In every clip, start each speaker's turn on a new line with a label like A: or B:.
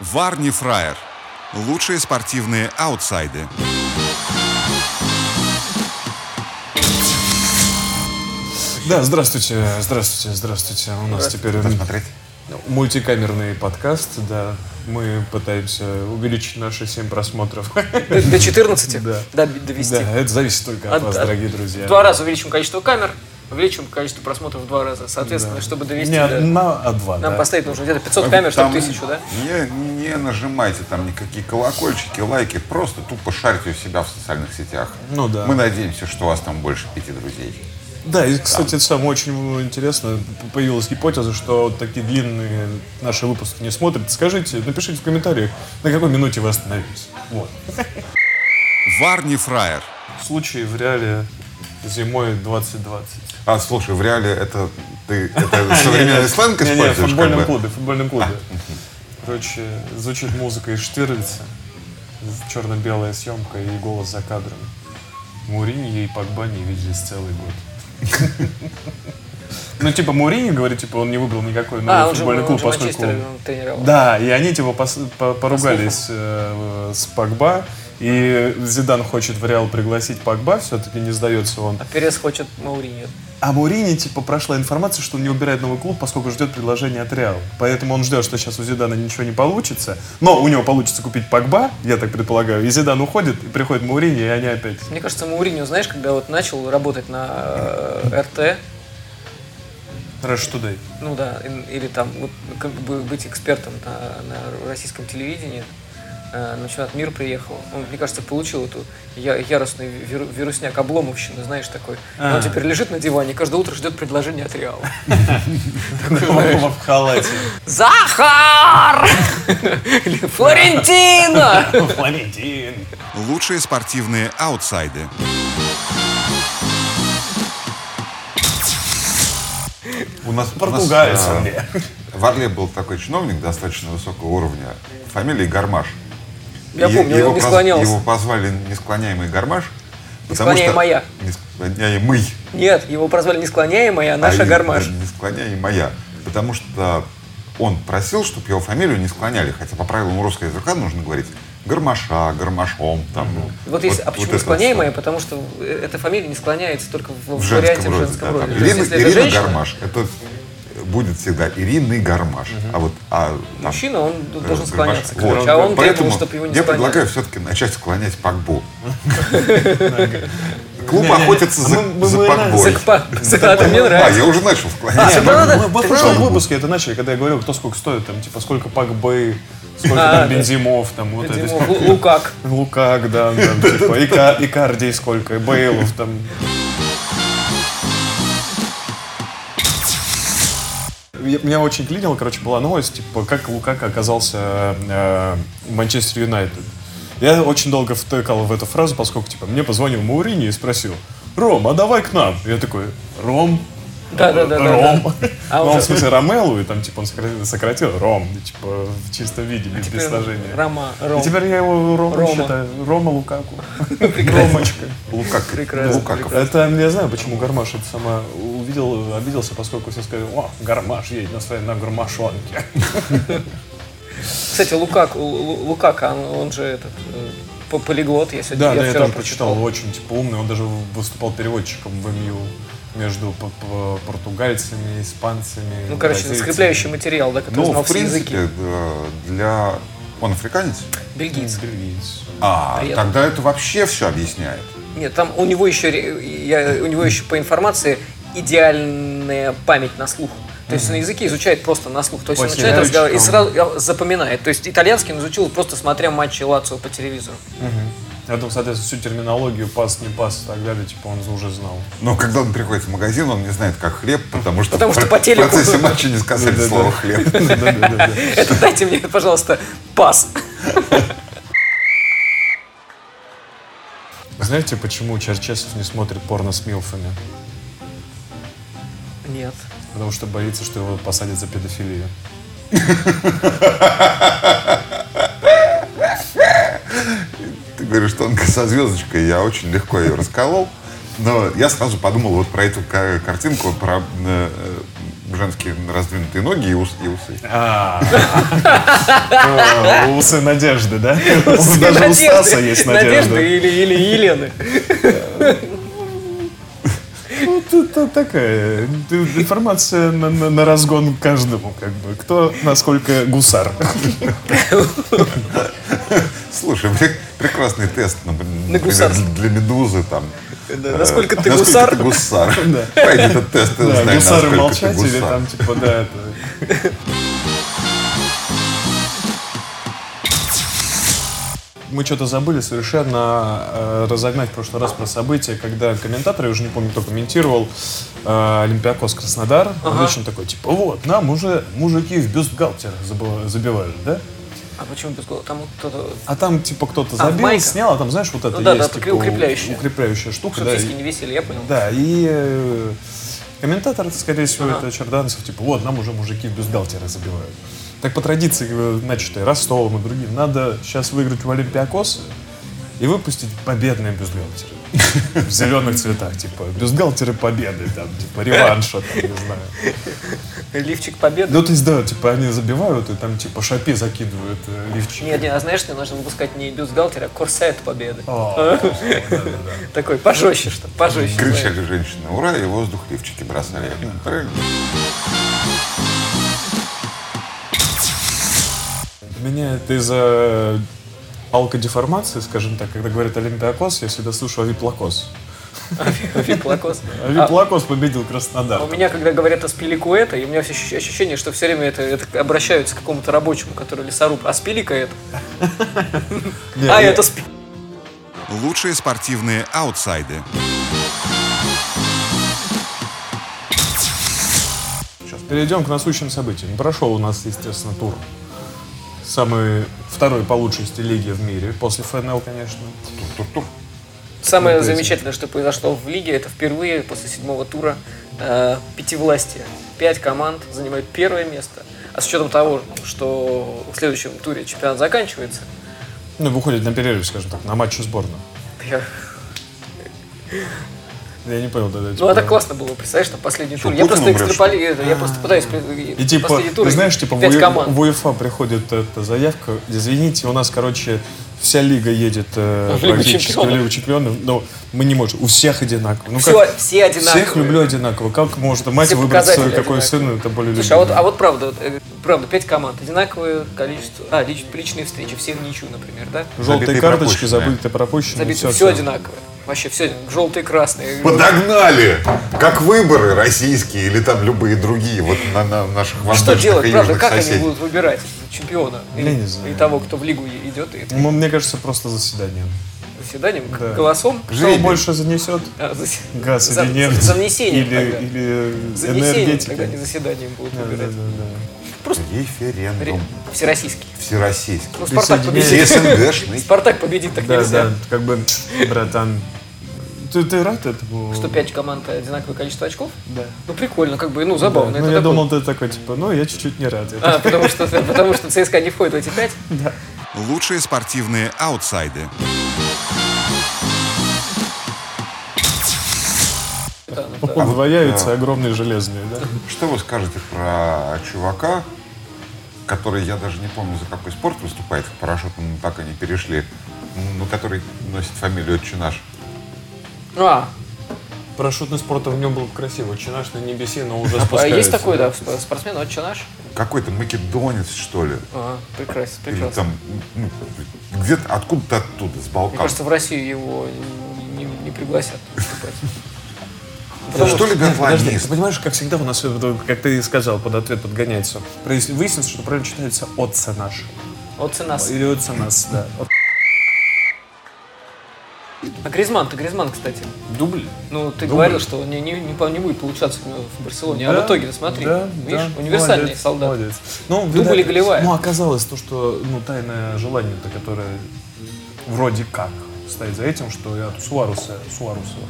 A: Варни Фраер. Лучшие спортивные аутсайды.
B: Да, здравствуйте, здравствуйте, здравствуйте. У нас теперь м, мультикамерный подкаст, да. Мы пытаемся увеличить наши 7 просмотров.
C: До 14?
B: Да.
C: Да, довести.
B: Да, это зависит только от
C: От-
B: вас,
C: от-
B: дорогие
C: В
B: друзья.
C: два раза увеличим количество камер, увеличим количество просмотров в два раза. Соответственно,
B: Да.
C: чтобы довести...
B: Не
C: до-
B: одна, а два,
C: Нам
B: да. А
C: поставить нужно где-то 500 камер, чтобы
A: Там
C: тысячу, да?
A: Не, не нажимайте там никакие колокольчики, лайки, просто тупо шарьте у себя в социальных сетях.
B: Ну да.
A: Мы надеемся, что у вас там больше пяти друзей.
B: Да, и, кстати, это самое очень интересно. П- Появилась гипотеза, что вот такие длинные наши выпуски не смотрят. Скажите, напишите в комментариях, на какой минуте вы остановились. Вот.
A: Варни Фраер.
B: Случай в реале зимой 2020.
A: А, слушай, в реале это ты это современный
B: Нет,
A: сленг
B: нет, нет,
A: используешь?
B: в футбольном
A: как бы? А,
B: клубе, в футбольном клубе. Короче, звучит музыка из Штирлица, черно-белая съемка и голос за кадром. Мурини и Погба не виделись целый год. Ну, типа, Мурини говорит, типа, он не выбрал никакой
C: А,
B: новый
C: он же,
B: футбольный
C: он
B: клуб,
C: же
B: поскольку...
C: Манчестер
B: он-
C: он тренировал.
B: Да, и они типа пос- по- поругались э, с Погба, и Зидан хочет в Реал пригласить Погба, все-таки не сдается он.
C: А Перес хочет Мауриньо.
B: А Мурини, типа, прошла информация, что он не убирает новый клуб, поскольку ждет предложение от Реала. Поэтому он ждет, что сейчас у Зидана ничего не получится. Но у него получится купить Погба, я так предполагаю. И Зидан уходит, и приходит Маурини, и они опять...
C: Мне кажется, Мауриньо, знаешь, когда вот начал работать на э, РТ,
B: Rush Today.
C: ну да, и- или там вот, как бы быть экспертом на, на российском телевидении. Э, На чемпионат мира приехал. Он, мне кажется, получил эту я- яростный виру- вирусняк обломовщины, знаешь, такой. И
B: А.
C: Он теперь лежит на диване, и каждое утро ждет предложение от Реала.
B: В халате.
C: Захар! Или Флорентина!
B: Валентин.
A: Лучшие спортивные аутсайды. У нас у нас,
B: Португалец
A: э,
B: он, бля.
A: В Орле был такой чиновник достаточно высокого уровня, фамилии Гармаш.
C: Я
A: И
C: помню, он не
A: поз-
C: склонялся.
A: Его позвали несклоняемый Гармаш. потому что-
C: Несклоняемая.
A: Несклоняемый.
C: Нет, его прозвали несклоняемая, а наша
A: А и-
C: гармаш.
A: да, Несклоняемая. Потому что он просил, чтобы его фамилию не склоняли, хотя по правилам русского языка нужно говорить Гармаша, Гармашом. Там, ну,
C: Вот есть, а
A: вот
C: почему
A: это вот
C: склоняемая?
A: всё.
C: Потому что э, эта фамилия не склоняется только в,
A: В женском
C: варианте в
A: роде.
C: женском
A: да,
C: роде.
A: там.
C: То есть,
A: Ирина,
C: если это
A: Ирина
C: женщина,
A: Гармаш. Это будет всегда Ирины Гармаш. А вот а, там,
C: Мужчина, он
A: э,
C: должен
A: Гармаш-
C: склоняться,
A: Вот.
C: короче. А он
A: Поэтому
C: требовал, чтобы его не
A: Я
C: склоняли.
A: предлагаю все-таки начать склонять Пакбу. Клуб охотится за
B: А мы- мы-
A: за
B: мы-
A: Пакбой.
C: Закпа. Да, мне
A: А,
C: нравится.
A: я уже начал склонять.
C: Всё, правда?
B: Мы мы в
C: Ты
B: прошлом
C: что?
B: выпуске это начали, когда я говорил, кто сколько стоит, там, типа, сколько Погбы, сколько
C: А,
B: там
C: да.
B: бензимов, там,
A: А,
B: вот это.
C: Димон, Лу- Лукак.
B: Лукак, да, там, типа, Ика- Икарди сколько, Бейлов, там. Я- Меня очень клинило, короче, была новость, типа, как Лукак оказался э, в Манчестер Юнайтед. Я очень долго втыкал в эту фразу, поскольку, типа, мне позвонил Маурини и спросил, Ром, а давай к нам. Я такой, Ром,
C: Да, да, да, да, да.
B: Ром.
C: А
B: Ну,
C: он
B: он, в
C: же-
B: смысле, Ромелу, и там, типа, он сократил, сократил Ром, и, типа, в чистом виде,
C: А
B: без, без сложения.
C: Рома,
B: И
C: Ром.
B: теперь я его Рома,
C: Рома.
B: считаю. Рома Лукаку. Ромочка.
A: Лукак.
C: А, Прекрасно,
A: Лукаков.
B: Это, я знаю, почему Гармаш это сама увидел, обиделся, поскольку все сказали, о, Гармаш едет на своей на Гармашонке.
C: Кстати, Лукак, Лу- Лу- Лукака, он, он же этот э, по- полиглот, я сегодня
B: Да,
C: я
B: да, я
C: вчера
B: тоже прочитал, очень, типа, умный. Он даже выступал переводчиком в МЮ между п- п- португальцами, испанцами,
C: Ну, короче,
B: бразильцами.
C: скрепляющий материал, да, который
A: Ну,
C: знал
A: в
C: все
A: принципе,
C: языки.
A: да, для... Он африканец?
C: Бельгийцы.
B: Бельгийц.
A: А,
C: Приятно.
A: тогда это вообще все объясняет.
C: Нет, там у него еще, ре- я, у него еще по информации идеальная память на слух. То есть он языки изучает просто на слух. То есть он
B: После
C: начинает
B: ручкам.
C: разговаривать и сразу запоминает. То есть итальянский он изучил просто смотря матчи Лацио по телевизору.
B: Я думаю, соответственно, всю терминологию, пас, не пас и так далее, типа, он уже знал.
A: Но когда он приходит в магазин, он не знает, как хлеб, потому что,
C: Потому что
A: в
C: по телеку.
A: процессе матча не сказали
B: Да-да-да.
A: слово хлеб.
B: Да-да-да-да.
C: Это дайте мне, пожалуйста, пас.
B: Знаете, почему Черчесов не смотрит порно с милфами?
C: Нет.
B: Потому что боится, что его посадят за педофилию.
A: Ты говоришь, тонко со звездочкой, я очень легко ее расколол. Но я сразу подумал вот про эту ка- картинку, про э, э, женские раздвинутые ноги и, ус- и усы.
B: А. Э, Усы надежды, да? Даже у
C: Надежды.
B: Стаса есть надежда.
C: или, или Елены.
B: Ну, это такая э, информация на, на- на разгон каждому, как бы. Кто насколько гусар.
A: Слушай, пре- прекрасный тест, напр- например,
C: гусарство.
A: для медузы там.
C: Да,
A: э,
C: насколько
B: А
C: ты
A: насколько
C: гусар?
A: ты гусар. Пройди этот тест, ты
B: Да,
A: узнаешь, насколько
B: гусары
A: ты
B: молчать или
A: гусар.
B: там, типа, да, это... Мы что-то забыли совершенно э, разогнать в прошлый раз про события, когда комментатор, я уже не помню, кто комментировал, э, Олимпиакос Краснодар, он
C: Ага.
B: очень такой, типа, вот, нам уже мужики в бюстгальтер забыва- забивают, да?
C: А почему без гола? Там вот кто-то...
B: А там, типа, кто-то
C: А, в
B: забил,
C: майках?
B: снял, а там, знаешь, вот это
C: Ну да,
B: есть,
C: да,
B: типа,
C: такая укрепляющая.
B: укрепляющая штука, да,
C: Сутиски
B: и-
C: не весели, я понял.
B: да, и э, комментатор, это, скорее всего,
C: Ага.
B: это Черданцев, типа, вот, нам уже мужики в бюстгальтеры забивают. Так по традиции, э, начатой Ростовом и другим, надо сейчас выиграть у Олимпиакоса и выпустить победные бюстгальтеры. В зеленых цветах, типа, бюстгальтеры победы, там, типа, реванша, там, не знаю.
C: Лифчик победы.
B: Ну, то есть, да, типа, они забивают и там, типа, шапи закидывают э, лифчик.
C: Нет, нет, а знаешь, что нужно выпускать не бюстгальтер, а корсет победы.
B: О, да, да, да.
C: Такой пожестче, что пожестче.
A: Кричали женщины, ура, и в воздух лифчики бросали. Правильно?
B: Меня это из-за алкодеформации, скажем так, когда говорят Олимпиакос, я всегда слышу Авиплакос.
C: Виплакос.
B: А, Авиплакос победил Краснодар.
C: А, У меня, когда говорят аспиликуэта, и у меня всё ощущ- ощущение, что все время это, это обращаются к какому-то рабочему, который лесоруб. Аспилика это?
B: Не,
C: А,
B: я-
C: это спи...
A: Лучшие спортивные аутсайды.
B: Перейдем к насущным событиям. Прошел у нас, естественно, тур. Самый второй по лучшести лиги в мире, после ФНЛ, конечно.
A: Тур-тур-тур.
C: Самое
B: Ну, то есть-
C: замечательное, что произошло в лиге, это впервые после седьмого тура э, пятивластия. Пять команд занимают первое место. А с учетом того, что в следующем туре чемпионат заканчивается,
B: Ну, выходит на перерыв, скажем так, на матче сборной.
C: я-
B: Я не понял, да, да,
C: ну
B: типа-
C: это классно было, представляешь, там последний
A: Что,
C: тур. Я
A: Путин
C: просто
A: умрет,
C: экстраполи- это, я просто пытаюсь... пред-
B: А. И типа,
C: последний тур,
B: ты
C: и
B: знаешь, типа, в,
C: пять
B: Уе-
C: команд.
B: в УЕФА приходит эта заявка, извините, у нас, короче, вся лига едет э,
C: В Лигу
B: практически в
C: чемпионов.
B: Лигу чемпионов, но мы не можем, у всех одинаково. Ну,
C: Все, все одинаковые.
B: Всех люблю одинаково. Как можно мать
C: Все
B: выбрать,
C: показатели
B: какой
C: одинаковые.
B: сын это более
C: Слушай, а вот,
B: любимый?
C: а вот правда, вот, э, правда, пять команд, одинаковое количество, а, лич- личные встречи, все в ничью, например, да?
B: Желтые
A: Забитые
B: карточки,
A: пропущенные.
B: забытые, пропущенные.
C: Забито все,
B: всё, всё.
C: одинаковое. Вообще все желтые, красные.
A: Подогнали! Как выборы российские или там любые другие, вот на, на наших
C: Что
A: восточных и
C: делать, правда,
A: южных
C: как они
A: соседей.
C: будут выбирать чемпиона?
B: Я
C: Или-
B: не знаю.
C: И того, кто в лигу и- идет, и
B: Ну, Мне кажется, просто заседание.
C: заседанием,
B: Да.
C: голосом.
B: Кто
A: Жребий.
B: больше занесет?
C: а, зас-
B: Газ
C: за-
B: или нефть?
C: За внесением
B: Или,
C: тогда.
B: или
C: За внесением тогда не
B: энергетики?
C: заседанием будут
B: Да, да, да,
C: выбирать.
B: да.
A: Референдум
C: Ре- Всероссийский.
A: всероссийский.
C: Ну, Спартак
A: Все
C: победит.
B: Присоединяюсь.
A: СНГшный.
C: Спартак победит, так
B: Да,
C: нельзя.
B: да, как бы, братан, ты, ты рад этому?
C: Что пять команд одинаковое количество очков?
B: Да.
C: Ну прикольно, как бы, ну забавно.
B: Да,
C: Это
B: Ну, я
C: такой-
B: думал, ты такой, типа, ну, я чуть-чуть не рад. Я
C: А, потому что, потому что ЦСКА не входит в эти пять.
A: Лучшие спортивные аутсайды.
C: Да, ну,
B: такой,
C: да.
B: Удвояются
A: да.
B: огромные железные, да?
A: Что вы скажете про чувака, который, я даже не помню, за какой спорт выступает, в парашютном мы пока не перешли, но который носит фамилию «Отче наш».
C: А,
B: Парашютный спорт а в нем был красиво. Чинаш на небесе, но уже
C: а
B: спускается.
C: есть такой, да, спо- спортсмен, отче наш?
A: Какой-то македонец, что ли.
C: А, прекрасно,
A: Или
C: прекрасно.
A: там, ну, где-то откуда-то оттуда, с
C: Мне
A: Балкан.
C: кажется, в Россию его не, не- не пригласят выступать.
A: Это что ли
B: Подожди,
A: биатлонист?
B: ты понимаешь, как всегда у нас, э, как ты и сказал, под ответ подгоняется. Прояс- Выяснилось, что правильно читается «отца наш».
C: Отце нас.
B: Или «отца нас», да. От-
C: А Гризман, ты Гризман, кстати.
B: Дубль?
C: Ну, ты говорил, что он не, не, не, по- не будет получаться у него в Барселоне. а в итоге, ты смотри, видишь, универсальный
B: молодец,
C: солдат.
B: Молодец. Ну,
C: Дубль
B: видать,
C: и голевая.
B: Ну, оказалось то, что ну, тайное желание-то, которое вроде как стоит за этим, что и от Суаруса, Суарусова,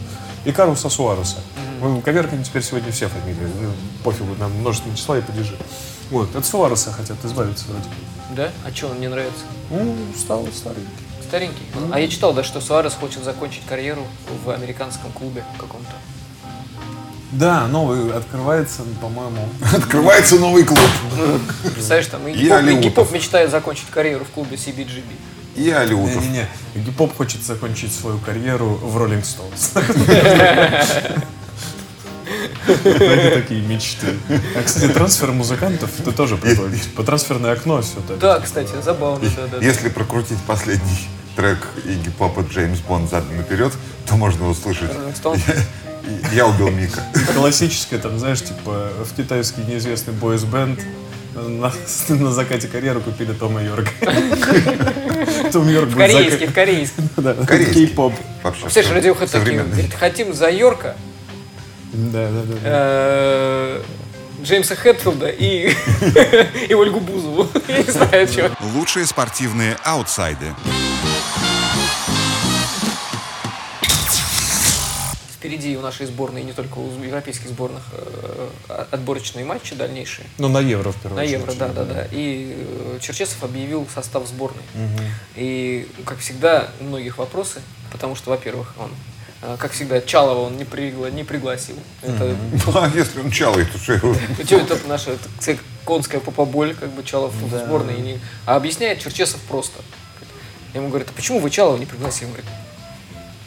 B: и Каруса Суаруса. Мы коверкаем теперь сегодня все фамилии, ну, пофигу, нам множественное числа и падежи. Вот, от Суаруса хотят избавиться вроде. бы.
C: Да? А что, он мне нравится?
B: Ну, стал старенький.
C: Старенький.
B: Ну.
C: А я читал, да, что Суарес хочет закончить карьеру в американском клубе каком-то.
B: Да, новый открывается, по-моему.
A: Открывается новый клуб.
C: Представляешь, там и
A: Я
C: гип-поп- и
A: Алиутов.
C: гип-поп мечтает закончить карьеру в клубе CBGB.
A: И Алиутов.
B: Не-не-не, гип-поп хочет закончить свою карьеру в Rolling Stones. Это такие мечты. А, кстати, трансфер музыкантов, ты тоже приходишь. По трансферное окно все так.
C: Да, кстати, забавно, да, да. да.
A: Если прокрутить последний трек Игги Попа Джеймс Бонд задом наперед, то можно услышать.
C: Rolling Stones.
A: Я- Я убил Мика.
B: Классическое, там, знаешь, типа, в китайский неизвестный бойс-бенд на, на закате карьеры купили Тома Йорка. Том Йорк будет
C: Корейский,
B: закрыт.
C: в корейский.
B: Да,
A: Корейский.
B: Кей-поп.
A: Вообще.
C: Представляешь, Radiohead такие,
A: современный.
C: говорит, хотим за Йорка,
B: Да, да, да, да.
C: э, Джеймса Хэтфилда и, и Ольгу Бузову. Я не знаю, чего.
D: Лучшие спортивные аутсайды.
C: Впереди у нашей сборной, и не только у европейских сборных, э, отборочные матчи дальнейшие.
B: Ну, на евро в первую
C: На
B: очередь.
C: Евро, да, да, да. И э, Черчесов объявил состав сборной. И, как всегда, у многих вопросы, потому что, во-первых, он, э, как всегда, Чалова он не, пригла- не пригласил. Это,
A: Ну, а если он чалый, то что его-
C: ну, чё это наша это, кстати, конская попоболь, как бы Чалов в сборной. и не- А объясняет Черчесов просто. Ему говорят, а почему вы Чалова не пригласили? Он говорит,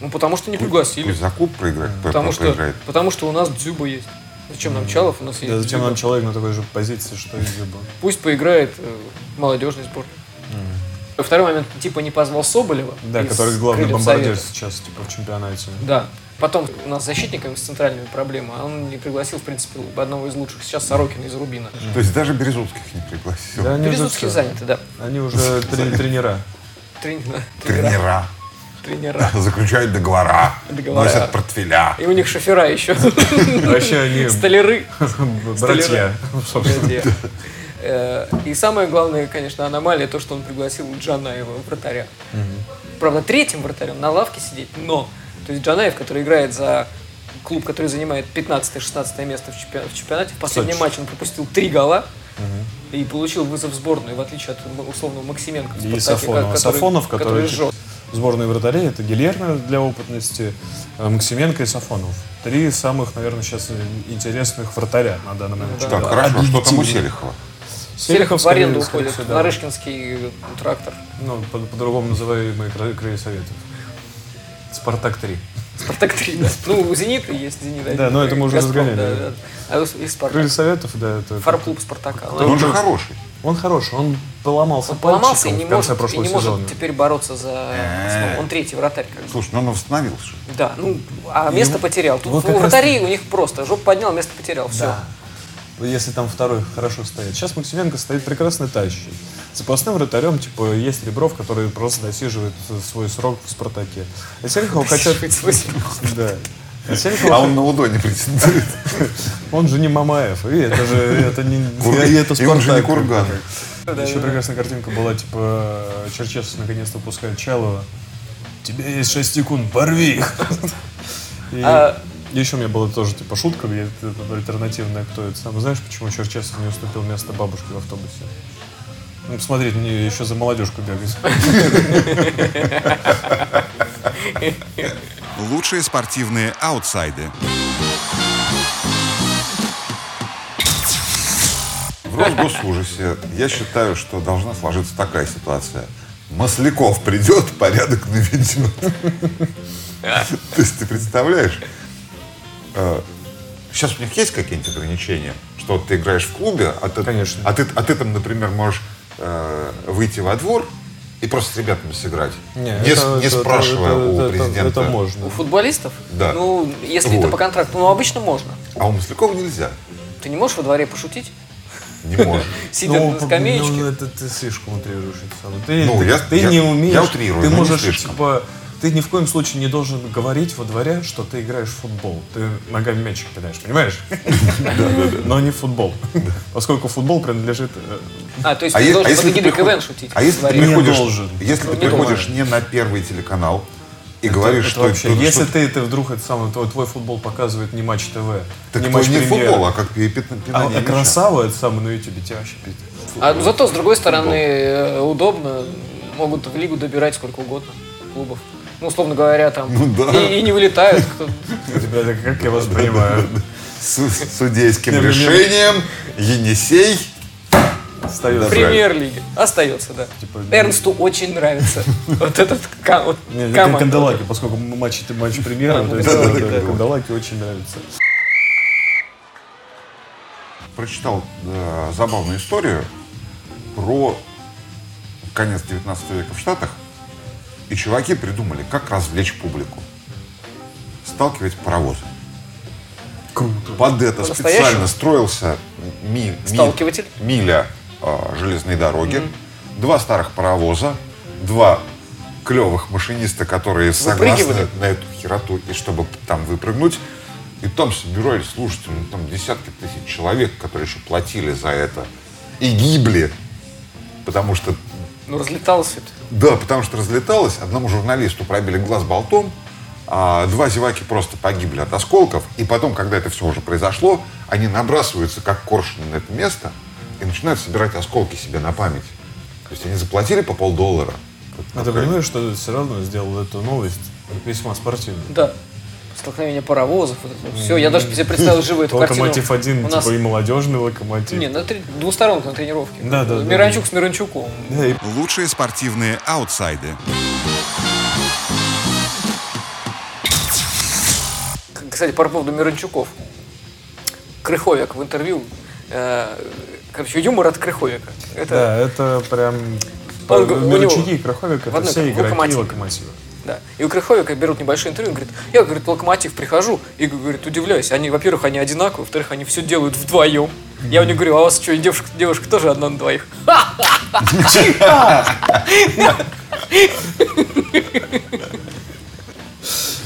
C: ну, потому что не пригласили.
A: Пусть за клуб проиграет, кто
C: Потому что,
A: проиграет.
C: потому что у нас Дзюба есть. Зачем нам Чалов? У нас есть
B: Да зачем
C: Дзюба.
B: нам человек на такой же позиции, что и Дзюба?
C: Пусть поиграет э, молодежный сбор. Второй момент, типа не позвал Соболева.
B: Да,
C: из
B: который главный
C: «Крыльев
B: бомбардир
C: Совета».
B: сейчас, типа, в чемпионате.
C: Да. Потом у нас с защитниками с центральными проблемы, а он не пригласил, в принципе, одного из лучших сейчас Сорокина из Рубина.
A: То есть даже Березутских не пригласил.
B: Да, они уже
C: Березутские
B: всё.
C: заняты, да.
B: Они уже трени- тренера.
C: Трени- Тренера.
A: Тренера.
C: Тренера.
A: Заключают договора.
C: Договора.
A: Носят портфеля.
C: И у них шофера еще.
B: Вообще они
C: Столяры.
B: братья. собственно.
C: Блядь, я. Э, И самое главное, конечно, аномалия, то, что он пригласил Джанаева, вратаря. Правда, третьим вратарем на лавке сидеть, но... То есть Джанаев, который играет за клуб, который занимает 15-16 место в, чемпион- в чемпионате, в последнем
B: Сочи.
C: матче он пропустил три гола и получил вызов в сборную, в отличие от м, условного Максименко. в
B: И
C: «Спартаке»,
B: Сафонов.
C: ко-
B: Сафонов, который
C: жжет.
B: сборные вратарей, это Гилерна для опытности, э, Максименко и Сафонов. Три самых, наверное, сейчас интересных вратаря на данный момент.
C: Да.
A: Так,
B: Да.
A: хорошо, а что там у
B: Объективно.
A: Селихова?
C: Селихов в
B: скорее,
C: аренду
B: скорее
C: уходит,
B: всего, да.
C: Нарышкинский трактор.
B: Ну, по- по-другому называемые кра- крылья советов. Спартак 3.
C: Спартак 3, да. Ну, у Зенита есть Зенит. один,
B: Да, но это мы уже
C: «Газпром»,
B: разгоняли,
C: да,
B: да.
C: да. А у- и Спартак.
B: Крылья советов, да, это...
C: Фарклуб Спартака. Ну,
A: Но
C: Он,
A: Он же хороший.
B: Он хороший, он поломался
C: он поломался и
B: пальчиком
C: не
B: в конце
C: может, и
B: прошлого
C: не
B: сезона.
C: может теперь бороться
A: Э.
C: за основу. Он третий вратарь. Как бы.
A: Слушай, ну он восстановился.
C: Да, ну, а место потерял. Тут
B: вот
C: у
B: как раз-
C: вратарей у них просто жопу поднял, место потерял. Все.
B: Да. Если там второй хорошо стоит. Сейчас Максименко стоит прекрасно тащий. Запасным вратарем, типа, есть Ребров, который просто досиживает свой срок в «Спартаке». А Селихова хотят... Да. А Селихова-
A: А он на Лудо не претендует.
B: он же не Мамаев. И это же... Это не... и это
A: И он же не
B: «Спартак».
A: Курган.
B: Еще прекрасная картинка была, типа, Черчесов наконец-то пускает Чалова. Тебе есть 6 секунд, порви их. И
C: А-
B: еще у меня была тоже, типа, шутка, где это альтернативная кто это сам. Знаешь, почему Черчесов не уступил место бабушке в автобусе? Ну, посмотри, мне еще за молодежку бегать.
D: Лучшие спортивные аутсайды.
A: В Росгосужасе я считаю, что должна сложиться такая ситуация. Масляков придет, порядок наведет. То есть ты представляешь? э, Сейчас у них есть какие-нибудь ограничения? Что ты играешь в клубе, а ты,
B: Конечно.
A: А ты, а ты там, например, можешь э, выйти во двор и просто с ребятами сыграть, не, с-
B: это-
A: не
B: это-
A: спрашивая
B: это-
A: у
B: это- это-
A: президента.
B: Это можно.
C: У футболистов?
A: Да.
C: Ну, если это
A: Вот.
C: по контракту. Ну, обычно можно.
A: А у Маслякова нельзя.
C: Ты не можешь во дворе пошутить,
A: Не может.
C: сидя на скамеечке.
B: ну, это ты слишком утрируешь это самое. Ты,
A: Ну,
B: ты-
A: я-
B: ты
A: я-
B: не умеешь.
A: я утрирую, ну,
B: ты
A: но не
B: можешь,
A: слишком.
B: типа, ты ни в коем случае не должен говорить во дворе, что ты играешь в футбол. Ты ногами мячик кидаешь, понимаешь? Но не в футбол. Поскольку футбол принадлежит... э,
C: А, то есть
A: А
C: ты
A: е-
C: должен
A: а
C: под
A: если
C: эгидой
A: приход-
C: КВН шутить
A: А
C: во
A: если ты
C: дворе.
B: Не
A: приходишь,
B: должен.
A: если ты
C: Не
A: приходишь не на первый телеканал и говоришь,
B: это
A: что
B: вообще,
A: это-
B: если
A: ну, что-
B: ты, ты вдруг это самое, твой, твой футбол показывает не матч ТВ,
A: так
B: не
A: то
B: матч
A: не
B: премьера,
A: футбол, а как пи- пи-
B: а,
A: пинание
B: а
A: мяча.
B: красава это самое ну, на Ютубе, тебя вообще пи-
C: А, ну, зато, с другой стороны, э, удобно. Могут в лигу добирать сколько угодно клубов. ну, условно говоря, там,
A: Ну да.
C: и, и не вылетают. кто-
B: Как я вас понимаю?
A: С с судейским
B: Мир, мир.
A: решением Енисей.
B: Встает.
A: При-
C: Премьер-лиги. Остается, да.
B: Типа,
C: Эрнсту очень нравится. Вот этот ка- вот
B: Не, ну, кан-
C: команда.
B: Кандалаки, поскольку мы матч, это матч премьера,
C: Да,
B: то есть,
A: да,
B: да,
A: да,
B: да,
A: да.
B: Кандалаки очень нравится.
A: Прочитал да, забавную историю про конец 19 века в Штатах. И чуваки придумали, как развлечь публику. Сталкивать паровозы.
B: Круто.
A: Под это
C: По-настоящему?
A: специально строился ми- ми-
C: Сталкиватель?
A: миля а, железной дороги, два старых паровоза, два клевых машиниста, которые согласны
C: Выпрыгивали?
A: на эту хероту, и чтобы там выпрыгнуть. И там собирались, слушайте, ну там десятки тысяч человек, которые еще платили за это, и гибли, потому что
C: Ну, разлетался это.
A: да, потому что разлеталось. Одному журналисту пробили глаз болтом, а два зеваки просто погибли от осколков. И потом, когда это все уже произошло, они набрасываются как коршуны на это место и начинают собирать осколки себе на память. То есть они заплатили по полдоллара.
B: А ты понимаешь, что все равно сделал эту новость весьма спортивной?
C: Да. Столкновение паровозов. Все, я даже себе представил живую эту картину.
B: Локомотив один,
C: У нас-
B: типа и молодежный локомотив.
C: Не, на три- двусторонка на тренировке.
B: Да, да, да.
C: Миранчук с Миранчуком.
B: Да, и
D: Лучшие спортивные аутсайды.
C: К- Кстати, по поводу Миранчуков. Крыховик в интервью. э, Короче, юмор от Крыховика. Это,
B: Да, это прям...
C: Он г- у него-
B: Мирочуки и Краховик,
C: в
B: это
C: одной
B: все
C: ком- в
B: игроки
C: локомотиве.
B: локомотива.
C: Да. И у Крыховика берут небольшое интервью, он говорит, я, говорит, в локомотив прихожу, и, говорит, удивляюсь, они, во-первых, они одинаковые, во-вторых, они все делают вдвоем. Я у них говорю, а у вас что, и девушка, девушка тоже одна на двоих?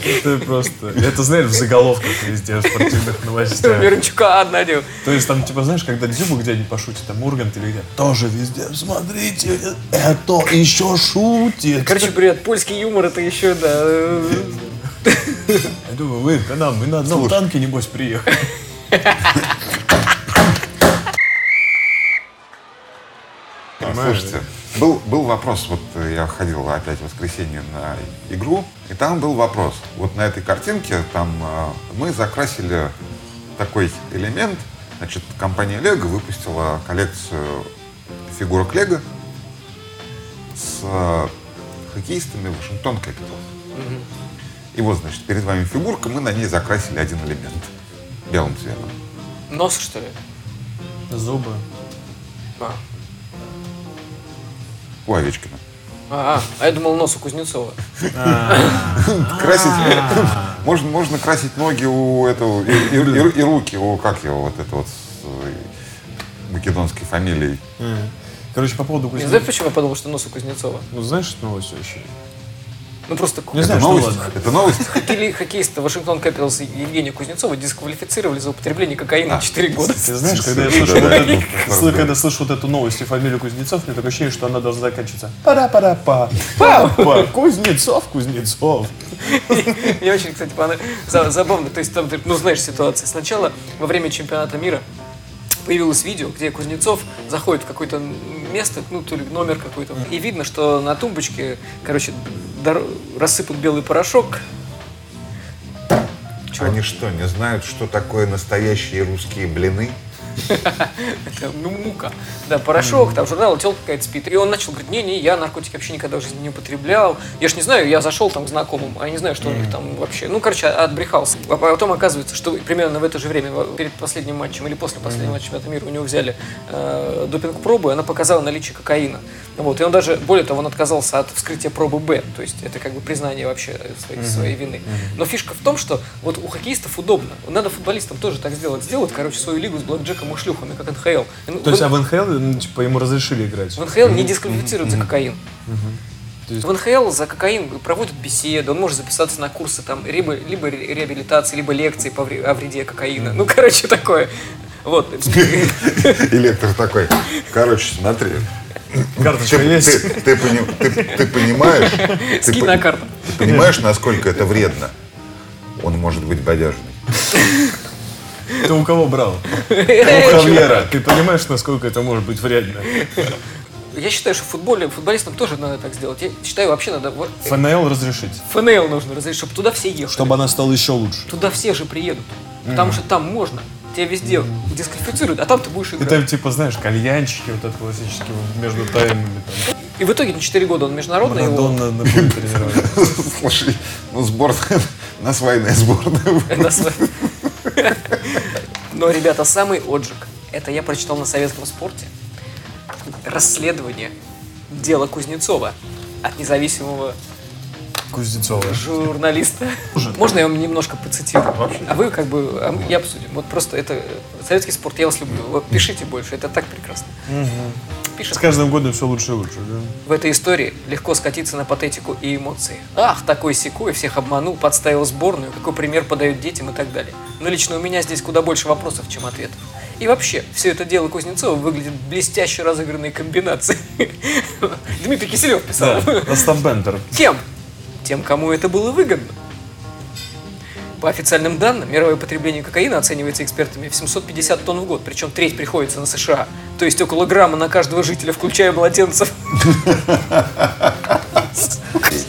B: Это просто... Это, знаешь, в заголовках везде спортивных новостей.
C: У Миранчука одна девушка.
B: То есть там, типа, знаешь, когда Дзюба где-нибудь пошутит, там Ургант или где тоже везде, смотрите, это еще шутит.
C: Короче, привет, польский юмор, это еще, да, э,
B: Я думаю, вы, когда мы на одном танке, небось, приехали.
A: Слушайте, был, был вопрос, вот э, я ходил опять в воскресенье на игру, и там был вопрос. Вот на этой картинке там э, мы закрасили такой элемент. Значит, компания Лего выпустила коллекцию фигурок Лего с э, хоккеистами Вашингтон Кэпиталс. И вот, значит, перед вами фигурка, мы на ней закрасили один элемент белым цветом.
C: нос, что ли?
B: Зубы.
C: А,
A: У Овечкина.
C: а, а я думал, нос у Кузнецова.
A: красить
B: А.
A: можно можно красить ноги у этого и, и- и- и руки у как его вот это вот с э, македонской фамилией
B: Короче, по поводу
C: Не
B: Кузнецова.
C: знаешь, почему я подумал, что нос у Кузнецова?
B: Ну, знаешь, что новость вообще?
C: Ну, просто
B: Не
A: это
B: знаю, что
A: новость
B: ладно.
A: это новость
C: хоккей- хоккеиста Вашингтон Кэпиталс Евгения Кузнецова дисквалифицировали за употребление кокаина
A: А.
C: 4 года.
B: Ты знаешь, когда я
A: Да,
B: слышу,
A: да,
B: вот
A: да,
B: эту-
A: ну,
B: сл-
A: правда.
B: когда слышу вот эту новость и фамилию Кузнецов, мне такое ощущение, что она должна заканчиваться. пара пара па Па-па. Кузнецов, Кузнецов.
C: Мне очень, кстати, понравилось. За- Забавно. То есть там, ты, ну, знаешь ситуацию. Сначала во время чемпионата мира появилось видео, где Кузнецов заходит в какое-то место, ну, то ли номер какой-то, и видно, что на тумбочке, короче, дор- рассыпан белый порошок.
A: они что не знают что такое настоящие русские блины
C: Это, ну, мука. Да, порошок, там журнал, телка какая-то спит. И он начал говорить, не-не, я наркотики вообще никогда в жизни не употреблял. Я ж не знаю, я зашел там к знакомым, а я не знаю, что у них там вообще. Ну, короче, отбрехался. А потом оказывается, что примерно в это же время, во- перед последним матчем или после последнего матча чемпионата мира, у него взяли э, допинг-пробу, и она показала наличие кокаина. Вот, и он даже, более того, он отказался от вскрытия пробы Б, то есть это как бы признание вообще своей, своей вины. Но фишка в том, что вот у хоккеистов удобно. Надо футболистам тоже так сделать. Сделать, короче, свою лигу с блэкджеком и шлюхами, как НХЛ. Ну,
B: То есть,
C: в-
B: а в НХЛ, ну, типа, ему разрешили играть.
C: в НХЛ не дисквалифицируют за кокаин.
B: То есть-
C: В НХЛ за кокаин проводят беседы, он может записаться на курсы там либо, либо ре- реабилитации, либо лекции по вре- о вреде кокаина. Ну, короче, такое. Вот.
A: и лектор такой короче смотри
B: Ну, Карточка
A: ты,
B: есть.
A: ты- ты пони- ты- ты понимаешь ты
C: Скинь
A: пон-
C: на карту.
A: ты понимаешь насколько это вредно он может быть бодяжный
B: Ты у кого брал? У
C: Э, чувак.
B: Хавьера. Ты понимаешь, насколько это может быть вредно?
C: Я считаю, что в футболе, футболистам тоже надо так сделать. Я считаю, вообще надо... вот, э,
B: ФНЛ разрешить.
C: ФНЛ нужно разрешить, чтобы туда все ехали.
B: Чтобы она стала еще лучше.
C: Туда все же приедут. Потому что там можно. Тебя везде дисквалифицируют, а там ты будешь
B: И
C: играть.
B: там, типа, знаешь, кальянчики вот это классические вот между таймами. Там.
C: И в итоге на 4 года он международный. его-
B: Марадонна на поле тренировали.
A: Слушай, ну сборная, нас война сборная.
C: Это с- Но, ребята, самый отжиг. Это я прочитал на советском спорте. Расследование дела Кузнецова от независимого
B: Кузнецова.
C: журналиста. Можно я вам немножко поцитирую? А вы как бы, а мы- я обсудим. Вот просто это э, советский спорт, я вас люблю. Вот пишите больше, это так прекрасно. Пишет.
B: С каждым годом все лучше и лучше, да?
C: В этой истории легко скатиться на патетику и эмоции. Ах, такой секой всех обманул, подставил сборную, какой пример подают детям и так далее. Но лично у меня здесь куда больше вопросов, чем ответов. И вообще, все это дело Кузнецова выглядит блестяще разыгранной комбинацией. Дмитрий Киселев писал.
B: Да, Растабендер.
C: Кем? Тем, кому это было выгодно. По официальным данным, мировое потребление кокаина оценивается экспертами в 750 тонн в год, причем треть приходится на США, то есть около грамма на каждого жителя, включая младенцев.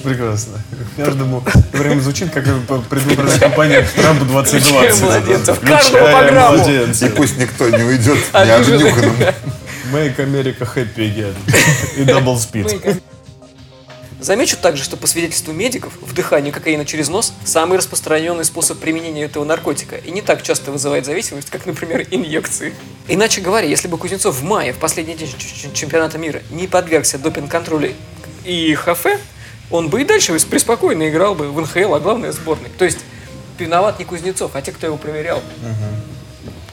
B: Прекрасно. Каждому время звучит, как предвыборная кампания Трампа 2020.
C: Младенцев.
B: Включая
C: Каждому по грамму.
A: И
B: младенцев.
A: пусть никто не уйдет не
C: Обиженный.
A: обнюханным.
B: Make America Happy Again. И Double Speed.
C: Замечу также, что по свидетельству медиков, вдыхание кокаина через нос – самый распространенный способ применения этого наркотика и не так часто вызывает зависимость, как, например, инъекции. Иначе говоря, если бы Кузнецов в мае, в последний день ч- ч- чемпионата мира, не подвергся допинг-контролю и ХФ, он бы и дальше преспокойно играл бы в НХЛ, а главное – сборной. То есть виноват не Кузнецов, а те, кто его проверял.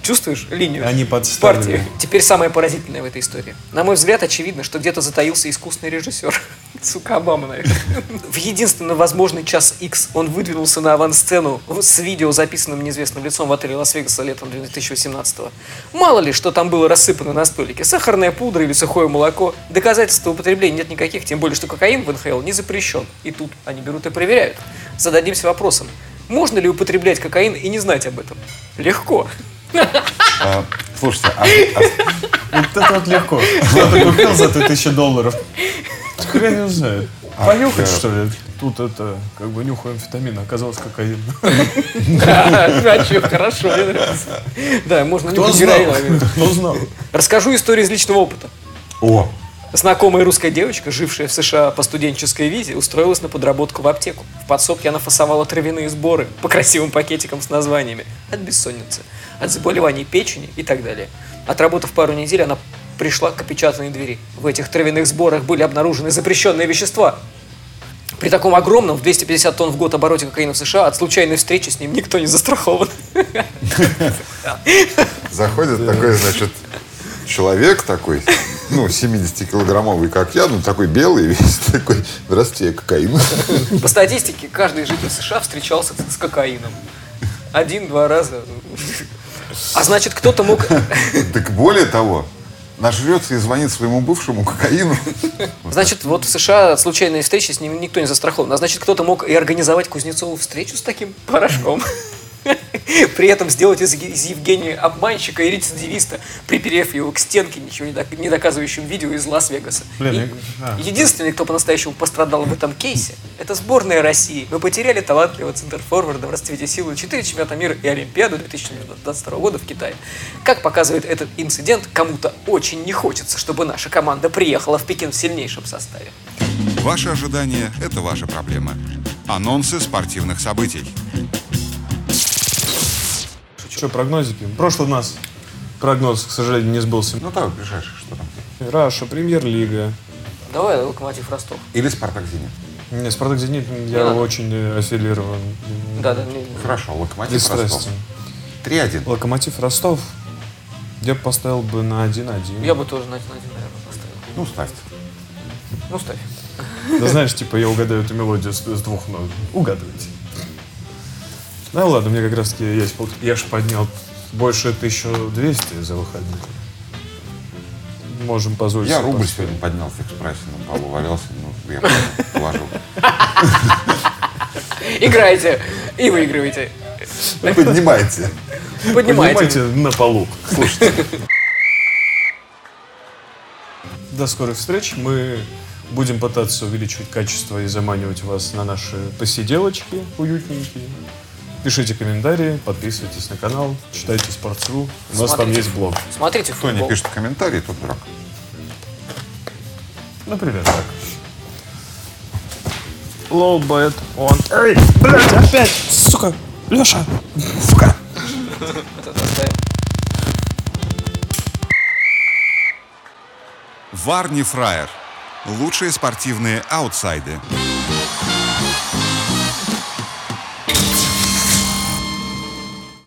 C: Чувствуешь линию?
B: Они подставили.
C: партии? Теперь самое поразительное в этой истории. На мой взгляд, очевидно, что где-то затаился искусный режиссер. Сука, Обама, наверное. В единственно возможный час X он выдвинулся на авансцену с видео, записанным неизвестным лицом в отеле Лас-Вегаса летом 2018-го. Мало ли, что там было рассыпано на столике. Сахарная пудра или сухое молоко. Доказательств употребления нет никаких, тем более, что кокаин в НХЛ не запрещен. И тут они берут и проверяют. Зададимся вопросом. Можно ли употреблять кокаин и не знать об этом? Легко.
A: А, Слушайте, а,
B: Вот это вот легко. Кто-то купил за 3000 долларов. Хрен его знает.
A: А,
B: Понюхать,
A: да.
B: что ли? Тут это, как бы нюхаем амфетамин, оказалось кокаин.
C: А чё, хорошо, мне нравится. Да, можно не быть героином.
B: Кто знал?
C: Расскажу историю из личного опыта.
A: о,
C: Знакомая русская девочка, жившая в США по студенческой визе, устроилась на подработку в аптеку. В подсобке она фасовала травяные сборы по красивым пакетикам с названиями. От бессонницы, от заболеваний печени и так далее. Отработав пару недель, она пришла к опечатанной двери. В этих травяных сборах были обнаружены запрещенные вещества. При таком огромном, в 250 тонн в год обороте кокаина в США, от случайной встречи с ним никто не застрахован.
A: заходит такой, значит, человек такой, ну, 70-килограммовый, как я, ну, такой белый весь, такой, здравствуйте, я кокаин.
C: По статистике, каждый житель США встречался с кокаином. Один-два раза. А значит, кто-то мог...
A: Так более того, нажрется и звонит своему бывшему кокаину.
C: Значит, вот в США от случайной встречи с ним никто не застрахован. А значит, кто-то мог и организовать Кузнецову встречу с таким порошком. При этом сделать из, из Евгения обманщика и рецидивиста, приперев его к стенке, ничего не, док- не доказывающим видео из Лас-Вегаса.
B: Блин,
C: И-
B: я- а.
C: Единственный, кто по-настоящему пострадал в этом кейсе, это сборная России. Мы потеряли талантливого центрфорварда в расцвете силы 4 чемпионата мира и Олимпиаду 2022 года в Китае. Как показывает этот инцидент, кому-то очень не хочется, чтобы наша команда приехала в Пекин в сильнейшем составе.
D: Ваши ожидания – это ваша проблема. Анонсы спортивных событий.
B: Что, прогнозики? Прошлый у нас прогноз, к сожалению, не сбылся.
A: Ну, так, ближайшее, что там.
B: Раша, премьер-лига.
C: Давай, Локомотив Ростов.
A: Или Спартак Зенит.
B: Не, Спартак Зенит, я
C: надо.
B: очень э, аффилирован.
C: Да, да, не-
A: Хорошо, Локомотив Ростов.
B: Пристрастен.
A: 3-1.
B: Локомотив Ростов. Я бы поставил бы на 1-1.
C: я бы тоже на один, на один, наверное, поставил.
A: Ну, ставьте.
C: Ну, ставь.
B: Да знаешь, типа я угадаю эту мелодию с, с двух ног. Угадывайте. Да ладно, мне как раз таки есть. пол- Я же поднял больше 1200 за выходные. Можем позволить.
A: Я
B: себе
A: рубль
B: поставить.
A: сегодня поднял в экспрессе, на полу валялся, ну, я положил.
C: Играйте и выигрывайте.
A: Поднимайте.
C: Поднимайте.
B: Поднимайте на полу.
A: Слушайте.
B: До скорых встреч. Мы будем пытаться увеличивать качество и заманивать вас на наши посиделочки уютненькие. Пишите комментарии, подписывайтесь на канал, читайте Sports.ru. У нас там
C: Смотрите.
B: есть блог.
C: Смотрите
A: Кто не
C: футбол.
A: пишет комментарий, тот дурак.
B: Например, так. Лоубет он. Эй, блядь, опять, сука, Леша, сука.
C: Это такая-
D: Варни Фраер. Лучшие спортивные аутсайды.